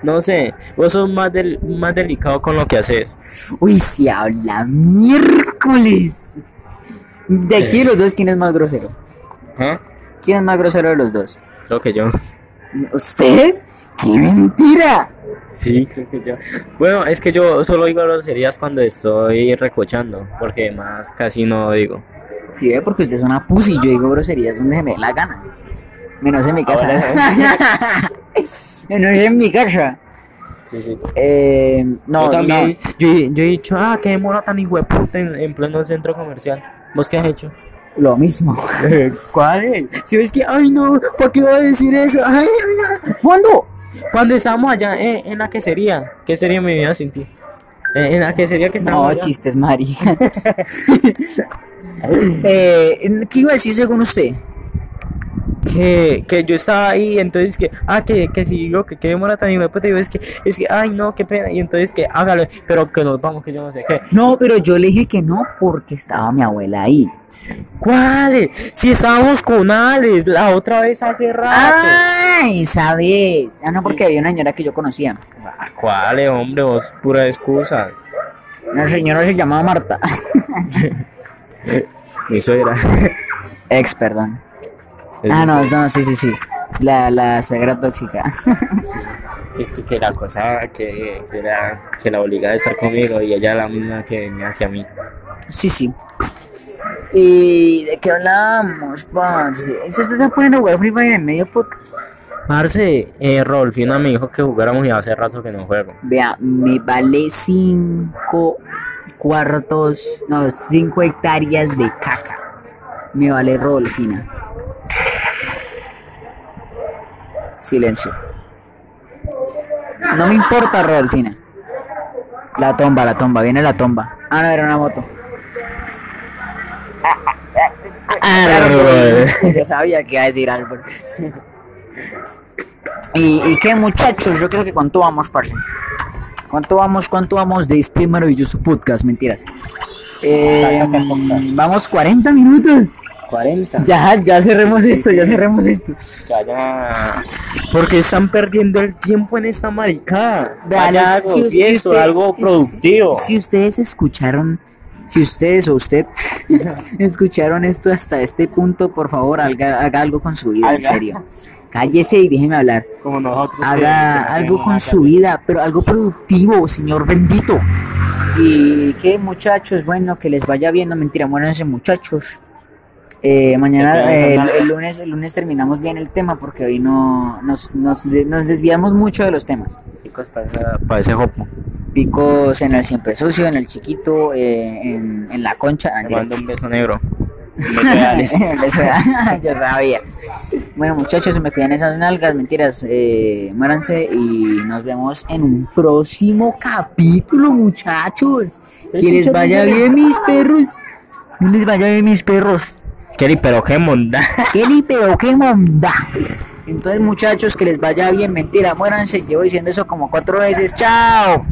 Speaker 2: no sé, vos sos más, del, más delicado con lo que haces.
Speaker 1: Uy, si habla miércoles. De aquí de
Speaker 2: Eh.
Speaker 1: los dos, ¿quién es más grosero?
Speaker 2: ¿Ah?
Speaker 1: ¿Quién es más grosero de los dos?
Speaker 2: Creo que yo.
Speaker 1: ¿Usted? ¡Qué mentira!
Speaker 2: Sí, creo que yo. Bueno, es que yo solo digo groserías cuando estoy recochando, porque más casi no digo.
Speaker 1: Sí, ve, porque usted es una pussy y yo digo groserías donde se me dé la gana. Menos en mi casa. Menos en mi casa.
Speaker 2: Sí, sí.
Speaker 1: Eh, no,
Speaker 2: yo también,
Speaker 1: no.
Speaker 2: yo, he- yo he dicho, ah, qué mora tan hijueputa en, en pleno centro comercial. ¿Vos qué has hecho?
Speaker 1: Lo mismo.
Speaker 2: ¿Cuál es? Si ves que, ay no, ¿por qué iba a decir eso? Ay, ay, ay. ¿Cuándo? Cuando estábamos allá, eh, en la quesería. ¿Qué sería mi vida sin ti? Eh, en la quesería que estábamos
Speaker 1: No,
Speaker 2: allá.
Speaker 1: chistes, Mari. eh, ¿Qué iba a decir según usted?
Speaker 2: que, que yo estaba ahí, entonces que, ah, que, que si digo que qué demora tan hijueputa, digo, es que, es que, ay no, qué pena, y entonces que, hágale, pero que nos vamos, que yo no sé qué.
Speaker 1: No, pero yo le dije que no porque estaba mi abuela ahí.
Speaker 2: ¿Cuáles? Si estábamos con Alex, la otra vez hace
Speaker 1: Ah.
Speaker 2: rato.
Speaker 1: ¡Ay, sabes! Ah, no, porque había una señora que yo conocía.
Speaker 2: Ah, ¿Cuáles, hombre? Vos, pura excusa.
Speaker 1: Una señora se llamaba Marta.
Speaker 2: Mi suegra.
Speaker 1: Ex, perdón. Ah, no, no, sí, sí, sí. La, la suegra tóxica.
Speaker 2: Es que, que la cosa que, que, la, que la obligaba a estar conmigo y ella la misma que me hacia mí.
Speaker 1: Sí, sí. ¿Y de qué hablamos, parce? ¿Eso se pone a jugar Free Fire en medio podcast?
Speaker 2: Parce, eh, Rolfina me dijo que jugáramos y hace rato que no juego.
Speaker 1: Vea, me vale cinco cuartos, no, cinco hectáreas de caca. Me vale Rodolfina. Silencio. No me importa Rodolfina. La tomba, la tomba, viene la tomba. Ah, no, era una moto.
Speaker 2: Árbol.
Speaker 1: Yo sabía que iba a decir árbol. ¿Y, y qué muchachos? Yo creo que cuánto vamos, parce. ¿Cuánto vamos, cuánto vamos de este maravilloso podcast? Mentiras. Eh, vamos 40 minutos.
Speaker 2: 40.
Speaker 1: Ya, ya cerremos esto, ya cerremos esto.
Speaker 2: Ya, ya. Porque están perdiendo el tiempo en esta maricada.
Speaker 1: Vea,
Speaker 2: Vaya
Speaker 1: les-
Speaker 2: algo
Speaker 1: si usted-
Speaker 2: tieso,
Speaker 1: usted-
Speaker 2: algo productivo.
Speaker 1: Si ustedes escucharon, si ustedes o usted escucharon esto hasta este punto, por favor, haga, haga algo con su vida, en
Speaker 2: Haga.
Speaker 1: serio. Cállese y déjeme hablar.
Speaker 2: Como nosotros. que- que
Speaker 1: Haga
Speaker 2: no
Speaker 1: algo
Speaker 2: tenemos
Speaker 1: con
Speaker 2: nada
Speaker 1: su
Speaker 2: que
Speaker 1: vida, pero algo productivo, señor bendito. Y que muchachos, bueno, que les vaya bien, no mentira, muéranse muchachos. Eh, mañana,
Speaker 2: Se quedan
Speaker 1: eh, el,
Speaker 2: sentadas.
Speaker 1: el lunes, el lunes terminamos bien el tema porque hoy no nos, nos, de- nos desviamos mucho de los temas.
Speaker 2: hacer, chicos, para esa- Para ese jopo.
Speaker 1: Picos en el siempre sucio, en el chiquito, eh, en, en la concha. Ah,
Speaker 2: Te
Speaker 1: mentiras.
Speaker 2: mando un beso negro. Un beso de Alex.
Speaker 1: Eso era, Yo Ah, sabía. Bueno, muchachos, se me cuidan esas nalgas, mentiras. Eh, muéranse y nos vemos en un próximo capítulo, muchachos. Que les vaya bien, mis perros. Que les vaya bien, mis perros.
Speaker 2: Kelly, pero qué monda.
Speaker 1: Kelly, pero qué monda. Entonces, muchachos, que les vaya bien, mentira. Muéranse. Llevo diciendo eso como cuatro veces. ¡Chao!